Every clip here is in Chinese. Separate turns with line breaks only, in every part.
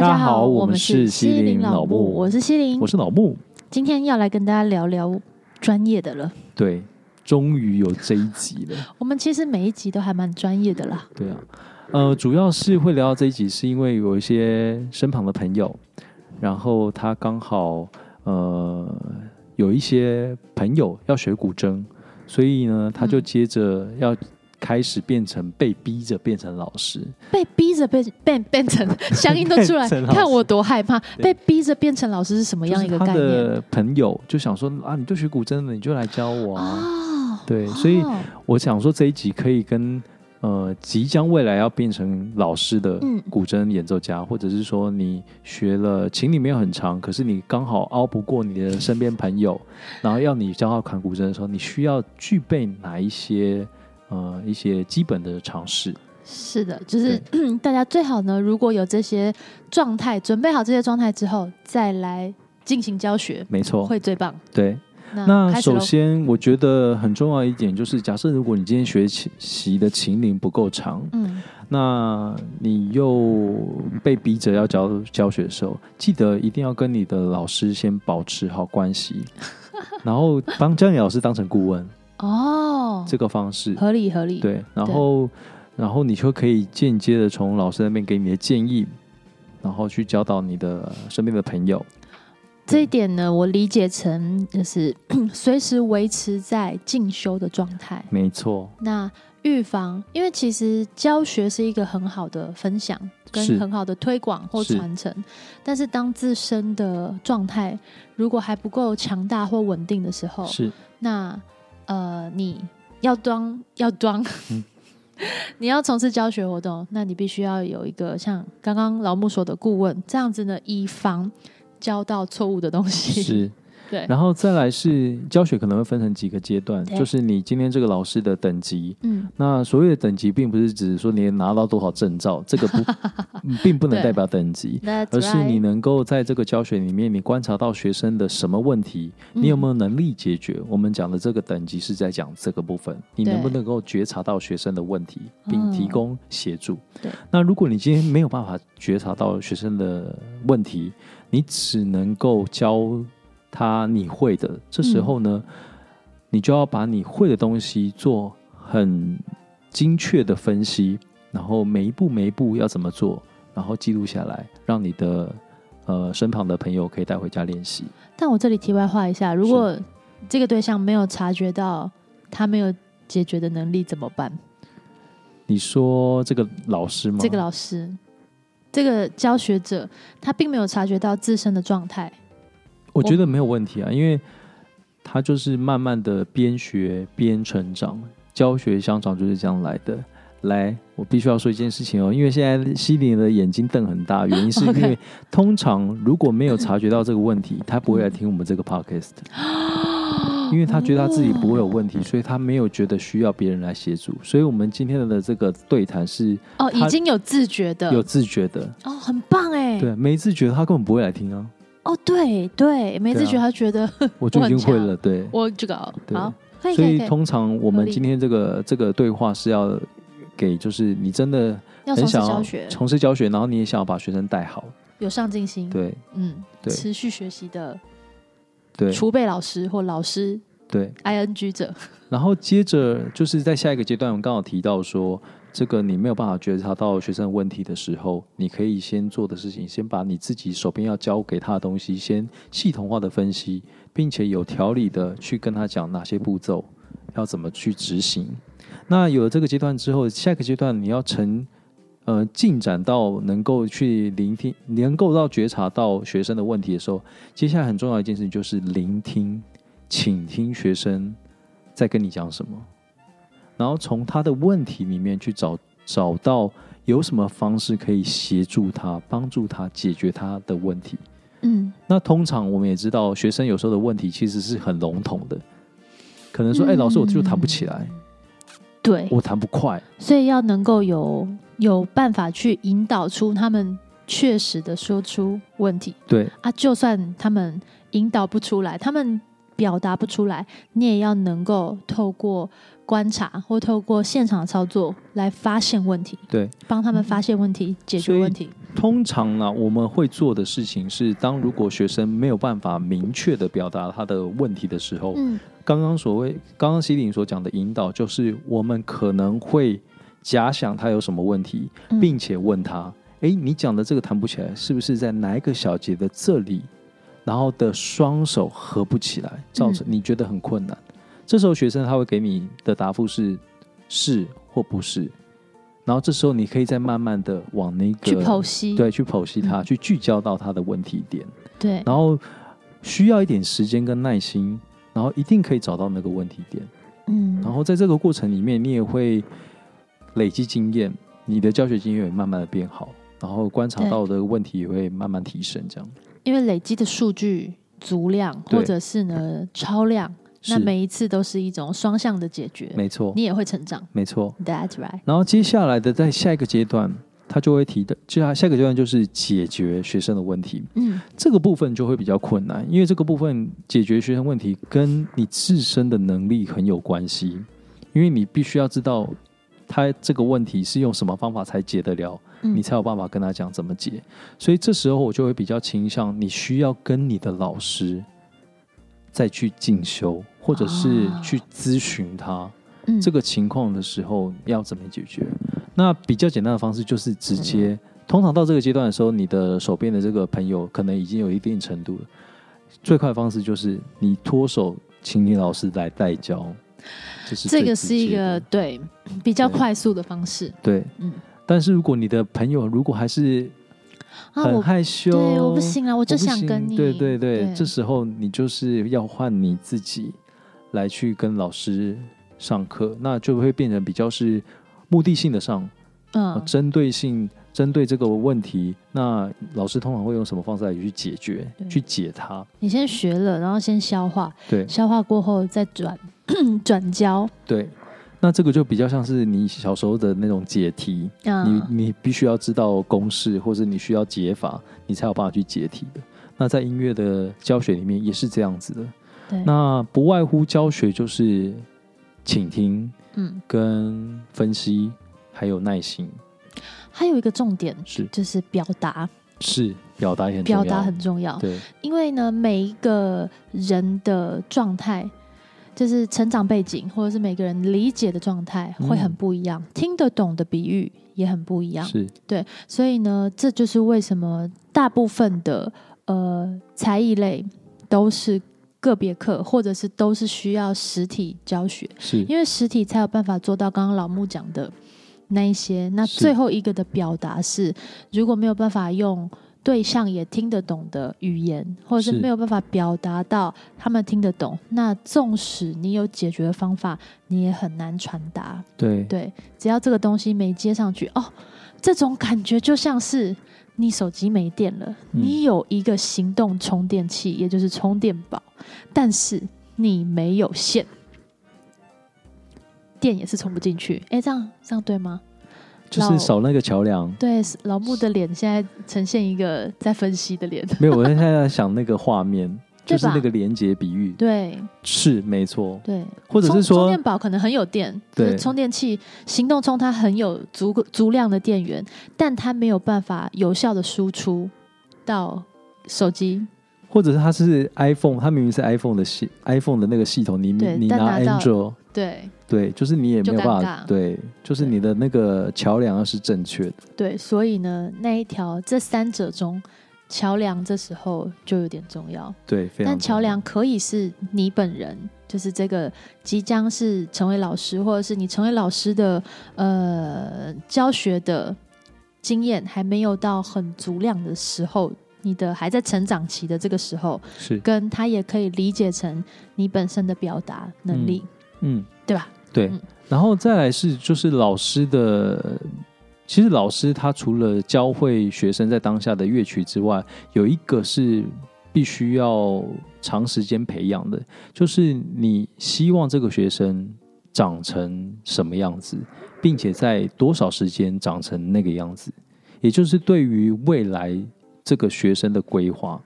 好，我
们
是西
林
老
木，我是西林
我，是老木。
今天要来跟大家聊聊专业的了。
对，终于有这一集了。
我们其实每一集都还蛮专业的啦，
对啊，呃，主要是会聊到这一集，是因为有一些身旁的朋友，然后他刚好呃有一些朋友要学古筝，所以呢，他
嗯
就接着要开始变成被逼着变成老师。
被逼着变变变成乡音都出来，
变成老师
看我多害怕！被逼着变成老师是什么
就
样
是
一个
他
概念？
的朋友就想说啊，你就学古筝的，你就来教我啊。
哦，
对，所以
哦
我想说这一集可以跟呃即将未来要变成老师的
嗯
古筝演奏家，或者是说你学了琴里面很长，可是你刚好拗不过你的身边朋友，然后要你教他弹古筝的时候，你需要具备哪一些呃一些基本的常识？
是的，就是、 大家最好呢，如果有这些状态，准备好这些状态之后，再来进行教学，
没错，
会最棒。
对。
那
哦那
开始
首
喽，
先，我觉得很重要一点就是，假设如果你今天学习习的琴龄不够长，
嗯，
那你又被逼着要教教学的时候，记得一定要跟你的老师先保持好关系，然后帮将你老师当成顾问
哦，
这个方式，
合理合理，
对，然后然后你就可以间接的从老师那边给你的建议，然后去教导你的身边的朋友，
这一点呢，我理解成就是 随时维持在进修的状态。
没错，
那预防，因为其实教学是一个很好的分享，
是
跟很好的推广或
是
传承。但是当自身的状态如果还不够强大或稳定的时候，
是
那呃，你要装要装
嗯，
你要从事教学活动，那你必须要有一个像刚刚老木说的顾问，这样子呢，以防教到错误的东西。
是。
对，
然后再来是教学可能会分成几个阶段，
对
就是你今天这个老师的等级。
嗯，
那所谓的等级，并不是指说你拿到多少证照，这个不嗯并不能
对
代表等级，
那
而是你能够在这个教学里面，你观察到学生的什么问题，
嗯
你有没有能力解决？我们讲的这个等级是在讲这个部分，你能不
对
能够觉察到学生的问题，并
嗯
提供协助？
对。
那如果你今天没有办法觉察到学生的问题，你只能够教他你会的，这时候呢，
嗯
你就要把你会的东西做很精确的分析，然后每一步每一步要怎么做，然后记录下来，让你的。呃，身旁的朋友可以带回家练习。
但我这里题外话一下，如果这个对象没有察觉到他没有解决的能力怎么办？
你说这个老师吗？
这个老师，这个教学者，他并没有察觉到自身的状态。
我觉得没有问题啊，因为他就是慢慢的边学边成长，教学相长就是这样来的。来，我必须要说一件事情哦，因为现在西林的眼睛瞪很大，原 因是因
OK
为通常如果没有察觉到这个问题，他不会来听我们这个 podcast，因为他觉得他自己不会有问
哦
题，所以他没有觉得需要别人来协助。所以我们今天的这个对谈是
哦，
他
已经有自觉的，
有自觉的，
哦，很棒哎。
对，没自觉的他根本不会来听啊，
哦，对对，没
对啊
自觉，他觉 得
我就已经会
我很
了，对，
我这个哦
对
好，可以
所
可
以
以可以，
通常我
合
们
理
今天这个这个对话是要给，就是你真的
要
很
从事
想
教
要
学，
从事教学，然后你也想要把学生带好，
有上进心，
对
嗯，
对
持续学习的
对
储备老师或老师
对。
ing 者，
然后接着就是在下一个阶段，我们刚好提到说，这个你没有办法觉察到学生的问题的时候，你可以先做的事情，先把你自己手边要教给他的东西，先系统化的分析，并且有条理的去跟他讲哪些步骤要怎么去执行。那有了这个阶段之后，下一个阶段你要成。呃，进展到能够去聆听，能够到觉察到学生的问题的时候，接下来很重要的一件事情就是聆听，倾听学生在跟你讲什么，然后从他的问题里面去找找到有什么方式可以协助他、帮助他解决他的问题。
嗯，
那通常我们也知道，学生有时候的问题其实是很笼统的，可能说：“哎、老师，我就弹不起来，
嗯对，
我弹不快。
所以要能够有有办法去引导出他们确实的说出问题”
对，
啊，就算他们引导不出来，他们表达不出来，你也要能够透过观察或透过现场操作来发现问题，
对，嗯
帮他们发现问题，解决问题。
通常呢、我们会做的事情是，当如果学生没有办法明确的表达他的问题的时候，
嗯，
刚刚所谓刚刚西林所讲的引导，就是我们可能会假想他有什么问题，
嗯
并且问他：“诶，你讲的这个弹不起来，是不是在哪一个小节的这里？然后的双手合不起来，造成
嗯
你觉得很困难。这时候学生他会给你的答复是是或不是，然后这时候你可以再慢慢的往那个
去剖析，
对去剖析他，
嗯
去聚焦到他的问题点。
对
然后需要一点时间跟耐心，然后一定可以找到那个问题点。
嗯，
然后在这个过程里面，你也会累积经验，你的教学经验也慢慢的变好，然后观察
对
到的问题也会慢慢提升。这样
因为累积的数据足量，
对
或者是呢超量，那
是
每一次都是一种双向的解决，
没错
你，也会成长。
没错。
That's right，
然后接下来的在下一个阶段，他就会提的，就下下一个阶段就是解决学生的问题。
嗯，
这个部分就会比较困难，因为这个部分解决学生问题跟你自身的能力很有关系，因为你必须要知道他这个问题是用什么方法才解得了，
嗯
你才有办法跟他讲怎么解。所以这时候我就会比较倾向你需要跟你的老师再去进修，或者是
啊
去咨询他。
嗯
这个情况的时候要怎么解决？那比较简单的方式就是直接，
嗯
通常到这个阶段的时候，你的手边的这个朋友可能已经有一定程度了。最快的方式就是你脱手，请你老师来代教，这是
这
最
个
直
是一
接
个
的
对比较
对
快速的方式。
对。
嗯
但是如果你的朋友如果还是
啊，
很
我
害羞，
对我不行啊，我
我
就
不
想
行
跟你。
对对对，这时候你就是要换你自己来去跟老师上课，那就会变成比较是目的性的上，
嗯
针对性针对这个问题，那老师通常会用什么方式来去解决
对、
去解它？
你先学了，然后先消化，
对
消化过后再转 转交。
对，那这个就比较像是你小时候的那种解题，
嗯，
你你必须要知道公式，或者你需要解法，你才有办法去解题的。那在音乐的教学里面也是这样子的，
对，
那不外乎教学就是倾听、
嗯，
跟分析，还有耐心，
还有一个重点
是
就是表达，
是表达也很重
表
要，
达很重要，
对
因为呢，每一个人的状态。就是成长背景，或者是每个人理解的状态会很
嗯
不一样，听得懂的比喻也很不一样。
是
所以呢，这就是为什么大部分的呃才艺类都是个别课，或者是都是需要实体教学，
是
因为实体才有办法做到刚刚老木讲的那一些。那
是
最后一个的表达是，如果没有办法用对象也听得懂的语言，或者是
是
没有办法表达到他们听得懂，那纵使你有解决的方法，你也很难传达。
对
对，只要这个东西没接上去，哦，这种感觉就像是你手机没电了，
嗯
你有一个行动充电器，也就是充电宝，但是你没有线，电也是充不进去。哎，这样这样对吗？
就是少那个桥 梁。
对，老木的脸现在呈现一个在分析的脸，
没有，我现在在想那个画面，
对
就是
吧
那个连接比喻，
对
是没错，
对，
或者
充
是
充
说
电宝可能很有电，就是
对
充电器行动充它很有足够足量的电源，但它没有办法有效的输出到手机，
或者是它是 iPhone，它明明是 iPhone 的系 iPhone 的那个系统，你
对
你
但
拿
拿到
Android，
对
对，就是你也没有办
就
法
尴，尬
对，就是你的那个桥梁要是正确的，
对，所以呢，那一条这三者中，桥梁这时候就有点重要。
对，非常
但桥
重要
梁可以是你本人，就是这个即将是成为老师，或者是你成为老师的呃教学的经验还没有到很足量的时候，你的还在成长期的这个时候，
是，
跟他也可以理解成你本身的表达能力，
嗯，
对吧？
对，
嗯
然后再来是就是老师的，其实老师他除了教会学生在当下的乐曲之外，有一个是必须要长时间培养的，就是你希望这个学生长成什么样子，并且在多少时间长成那个样子，也就是对于未来这个学生的规划。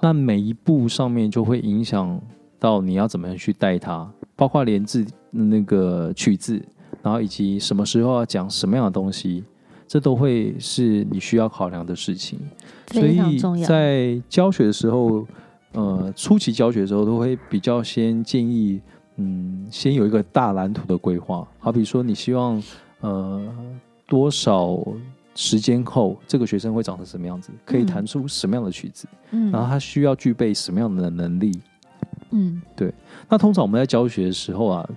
那每一步上面就会影响到你要怎么样去带他，包括连字那个曲字，然后以及什么时候要讲什么样的东西，这都会是你需要考量的事情。所
非
以
常重要。
在教学的时候，呃，初期教学的时候都会比较先建议，嗯，先有一个大蓝图的规划。好比说，你希望呃多少时间后这个学生会长成什么样子，可以
嗯
弹出什么样的曲子，
嗯
然后他需要具备什么样的能力。
嗯
那通常我们在教学的时候啊，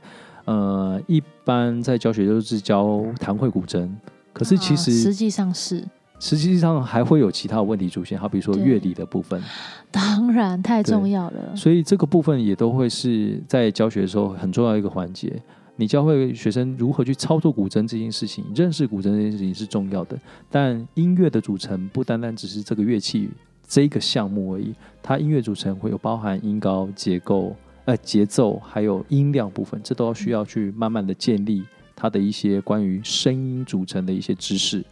呃，一般在教学就是教弹会古筝，可是其
啊
实、
实际上是
实际上还会有其他的问题出现，好比说
对
乐理的部分。
当然太
对
重要了。
所以这个部分也都会是在教学的时候很重要一个环节。你教会学生如何去操作古筝这件事情，认识古筝这件事情是重要的，但音乐的组成不单单只是这个乐器这个项目而已，它音乐组成会有包含音高、结构、呃节奏，还有音量部分，这都要需要去慢慢的建立它的一些关于声音组成的一些知识。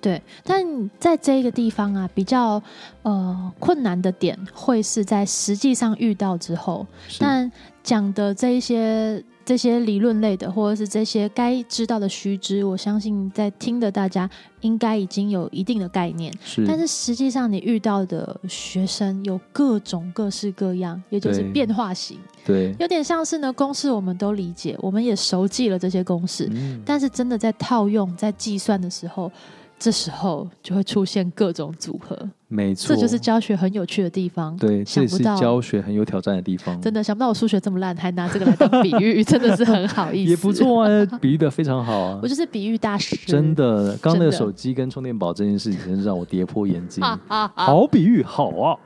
对，但在这个地方啊，比较呃困难的点会是在实际上遇到之后，
是
但讲的这一些这些理论类的，或者是这些该知道的须知，我相信在听的大家应该已经有一定的概念。
是，
但是实际上，你遇到的学生有各种各式各样，也就是
对
变化型，
对，
有点像是呢公式，我们都理解，我们也熟记了这些公式，
嗯
但是真的在套用、在计算的时候，这时候就会出现各种组合，
没错，
这就是教学很有趣的地方。
对，这
想
也
不
是
到
教学很有挑战的地方。
真的想不到我数学这么烂，还拿这个来当比 喻，真的是很好意思。
也不，错啊，比喻的非常好啊
我。就是比喻大师，
真的，刚刚那
真
个
的
手机跟充电宝这件事情，真是让我跌破眼镜。
啊啊啊！
好比喻，好啊，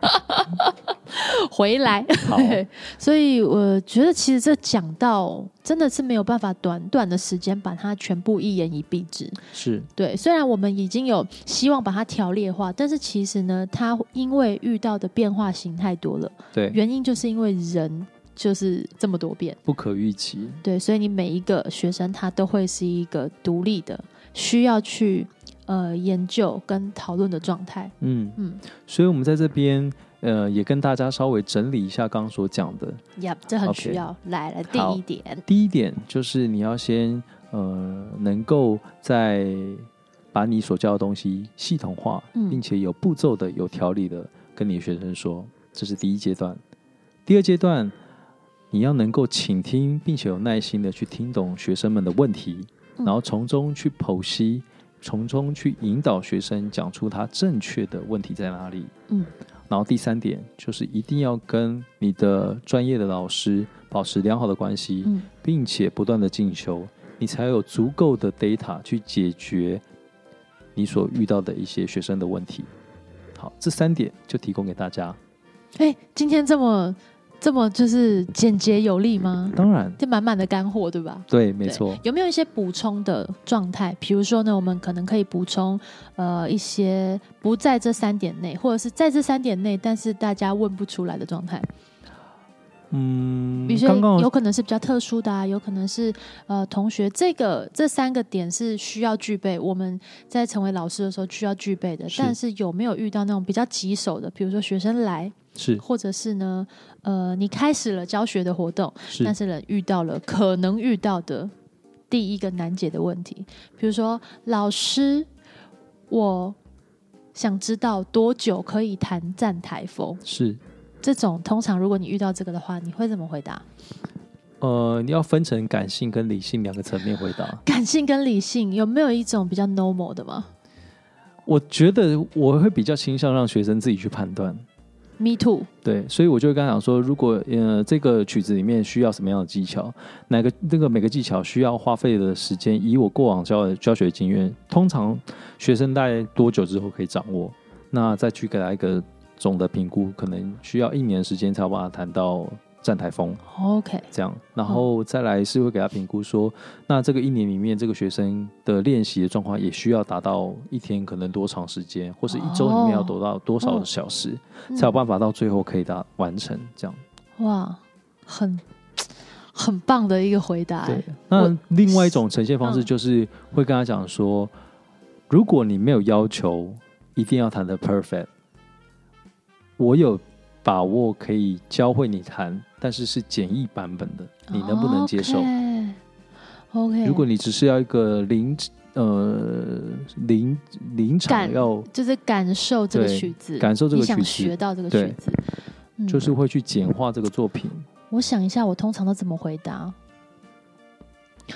回来。
好，
对， 所以我觉得其实这讲到真的是没有办法短短的时间把它全部一言以蔽之。
是
对，虽然我们已经有希望把它条列化，但是其实呢，它因为遇到的变化型太多了，
对，
原因就是因为人就是这么多变。
不可预期，
对，所以你每一个学生他都会是一个独立的，需要去呃研究跟讨论的状态。
嗯
嗯
所以我们在这边，呃，也跟大家稍微整理一下刚刚所讲的。
Yep，这很
OK
需要。来来，第
好
一点，
第一点就是你要先，呃，能够在把你所教的东西系统化，
嗯
并且有步骤的、有条理的跟你的学生说，这是第一阶段。第二阶段，你要能够倾听，并且有耐心的去听懂学生们的问题，
嗯
然后从中去剖析，从中去引导学生讲出他正确的问题在哪里。
嗯，
然后第三点就是一定要跟你的专业的老师保持良好的关系，
嗯
并且不断的进修，你才有足够的 data 去解决你所遇到的一些学生的问题。好，这三点就提供给大家。
哎、今天这么这么就是简洁有力吗？
当然，
这满满的干货，对吧？
对，没
对
错，
有没有一些补充的状态？比如说呢，我们可能可以补充呃一些不在这三点内，或者是在这三点内，但是大家问不出来的状态。
嗯
比如，
刚
说，有
刚
可能是比较特殊的啊，有可能是呃同学这个这三个点是需要具备，我们在成为老师的时候需要具备的。
是
但是有没有遇到那种比较棘手的？比如说学生来，
是
或者是呢，呃，你开始了教学的活动，但
是
是呢遇到了可能遇到的第一个难解的问题，比如说老师，我想知道多久可以弹站台风
是，
这种，通常如果你遇到这个的话，你会怎么回答？
呃，你要分成感性跟理性两个层面回答。
感性跟理性有没有一种比较 normal 的吗
我觉得我会比较倾向让学生自己去判断。
？Me too。
对，所以我就会跟他讲说，如果呃这个曲子里面需要什么样的技巧，哪个那个每个技巧需要花费的时间，以我过往教的教学经验，通常学生大概多久之后可以掌握？那再去给他一个总的评估，可能需要一年时间才把它谈到站台风
OK，
这样，然后再来是会给他评估说，那这个一年里面这个学生的练习的状况也需要达到一天可能多长时间，或是一周里面要得到多少
哦
小时。
嗯
才有办法到最后可以达完成这样。
哇，很很棒的一个回答、
对
欸。，
那
我
另外一种呈现方式
嗯
就是会跟他讲说，如果你没有要求一定要弹的 perfect，我有把握可以教会你弹，但是是简易
哦
版本的，你能不能接受？
o k
如果你只是要一个零呃临临场
感
要
就是感受这个
对
曲子，
感受这个
你想
曲
学
子，
到这个
对
曲子，嗯
就是会去简化这个作品。
我想一下，我通常都怎么回答？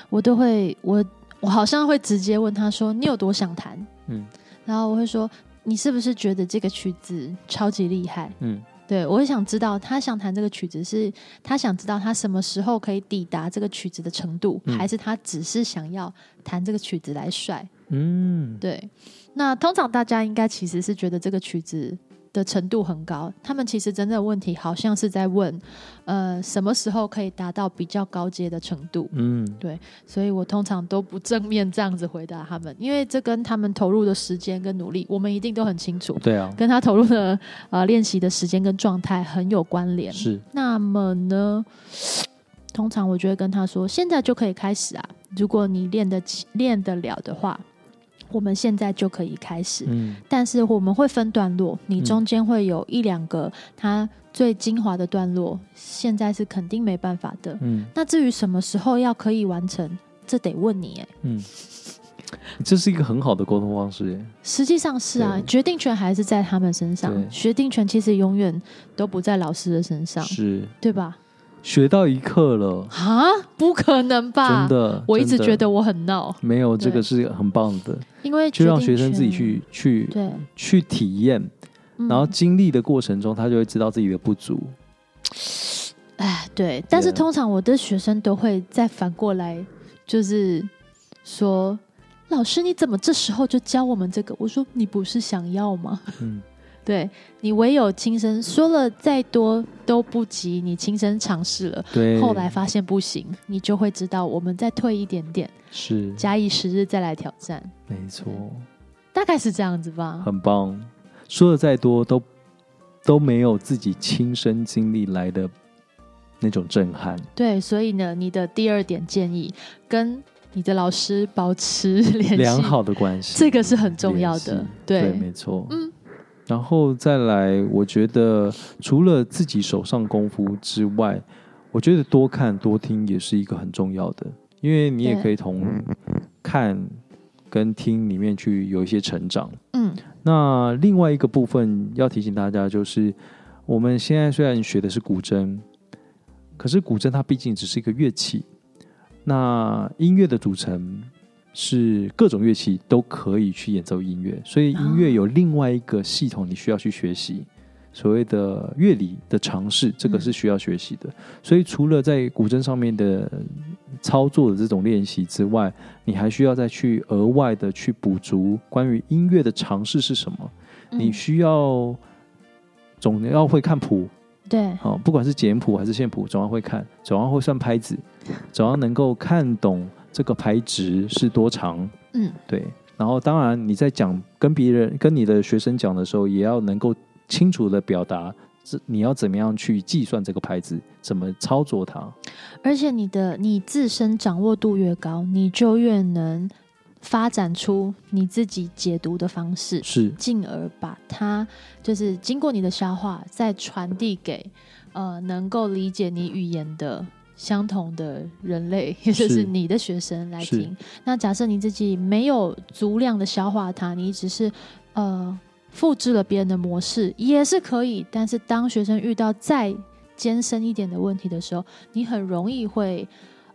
我都会，我我好像会直接问他说：“你有多想弹
嗯？”
然后我会说：“你是不是觉得这个曲子超级厉害
嗯，？”
对我会想知道他想弹这个曲子是他想知道他什么时候可以抵达这个曲子的程度，
嗯
还是他只是想要弹这个曲子来帅？
嗯，
对，那通常大家应该其实是觉得这个曲子的程度很高，他们其实真正的问题好像是在问，呃，什么时候可以达到比较高阶的程度？
嗯，
所以我通常都不正面这样子回答他们，因为这跟他们投入的时间跟努力，我们一定都很清楚，
对啊，
跟他投入的呃练习的时间跟状态很有关联。
是，
那么呢，通常我就会跟他说，现在就可以开始啊。如果你练得起、练得了的话，我们现在就可以开始。
嗯
但是我们会分段落，你
嗯
中间会有一两个它最精华的段落，现在是肯定没办法的。
嗯
那至于什么时候要可以完成，这得问你哎。
嗯，这是一个很好的沟通方式耶。
实际上是啊
对，
决定权还是在他们身上
对，
决定权其实永远都不在老师的身上，
是，
对吧？
学到一课了，
啊，不可能吧？
真的，
我一直
啊真的
觉得我很闹，
没有
对
这个是很棒的，
因为
就让
决定
学生自己
权
去去
对，
去体验，
嗯
然后经历的过程中，他就会知道自己的不足。
哎，对，但是
对
通常我的学生都会再反过来，就是说，老师你怎么这时候就教我们这个？我说你不是想要吗？
嗯，
对你唯有亲身说了再多都不及你亲身尝试了，
对。
后来发现不行，你就会知道我们再退一点点，
是
假以时日再来挑战，
没错，
大概是这样子吧。
很棒。说的再多都都没有自己亲身经历来的那种震撼。
对，所以呢，你的第二点建议跟你的老师保持 联
良
系。
好的关系，
这个是很重要的
联系
对
对，没错，
嗯。
然后再来，我觉得除了自己手上功夫之外，我觉得多看多听也是一个很重要的，因为你也
对
可以从看跟听里面去有一些成长。
嗯，
那另外一个部分要提醒大家，就是我们现在虽然学的是古筝，可是古筝它毕竟只是一个乐器，那音乐的组成是各种乐器都可以去演奏音乐，所以音乐有另外一个系统你需要去学习。所谓的乐理的尝试，这个是需要学习的。所以除了在古筝上面的操作的这种练习之外，你还需要再去额外的去补足关于音乐的尝试是什么。
嗯
你需要总要会看谱，
对
好、不管是简谱还是线谱，总要会看，总要会算拍子，总要能够看懂这个拍值是多长。
嗯，
对。然后，当然你在讲跟别人、跟你的学生讲的时候，也要能够清楚的表达，这你要怎么样去计算这个拍子，怎么操作它。
而且你的你自身掌握度越高，你就越能发展出你自己解读的方式，
是，
进而把它就是经过你的消化，再传递给呃能够理解你语言的。相同的人类， 也就是
是
你的学生来
是
听。那假设你自己没有足量的消化它，你只是呃复制了别人的模式也是可以，但是当学生遇到再艰深一点的问题的时候，你很容易会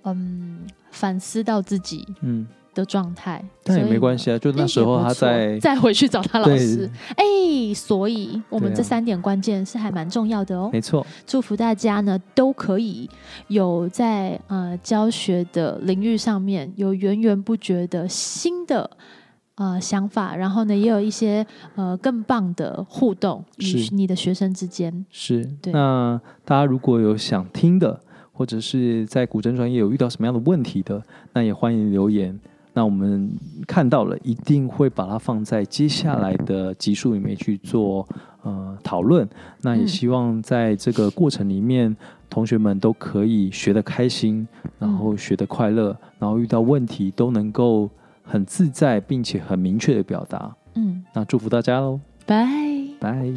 嗯反思到自己
嗯，
的状态。
但也
所以
没关系啊，就
呢，
那时候
也不
他
错
在
再回去找他老
对
师。哎、所以我们
对啊
这三点关键是还蛮重要的哦。
没错，
祝福大家呢都可以有在呃教学的领域上面有源源不绝的新的呃想法，然后呢也有一些呃更棒的互动与
是
你的学生之间。
是。
对
那大家如果有想听的，或者是在古筝专业有遇到什么样的问题的，那也欢迎留言。那我们看到了，一定会把它放在接下来的集数里面去做呃讨论。那也
嗯
希望在这个过程里面，同学们都可以学得开心，然后学得快乐，然后遇到问题都能够很自在，并且很明确的表达。
嗯，
那祝福大家喽，
拜。
拜。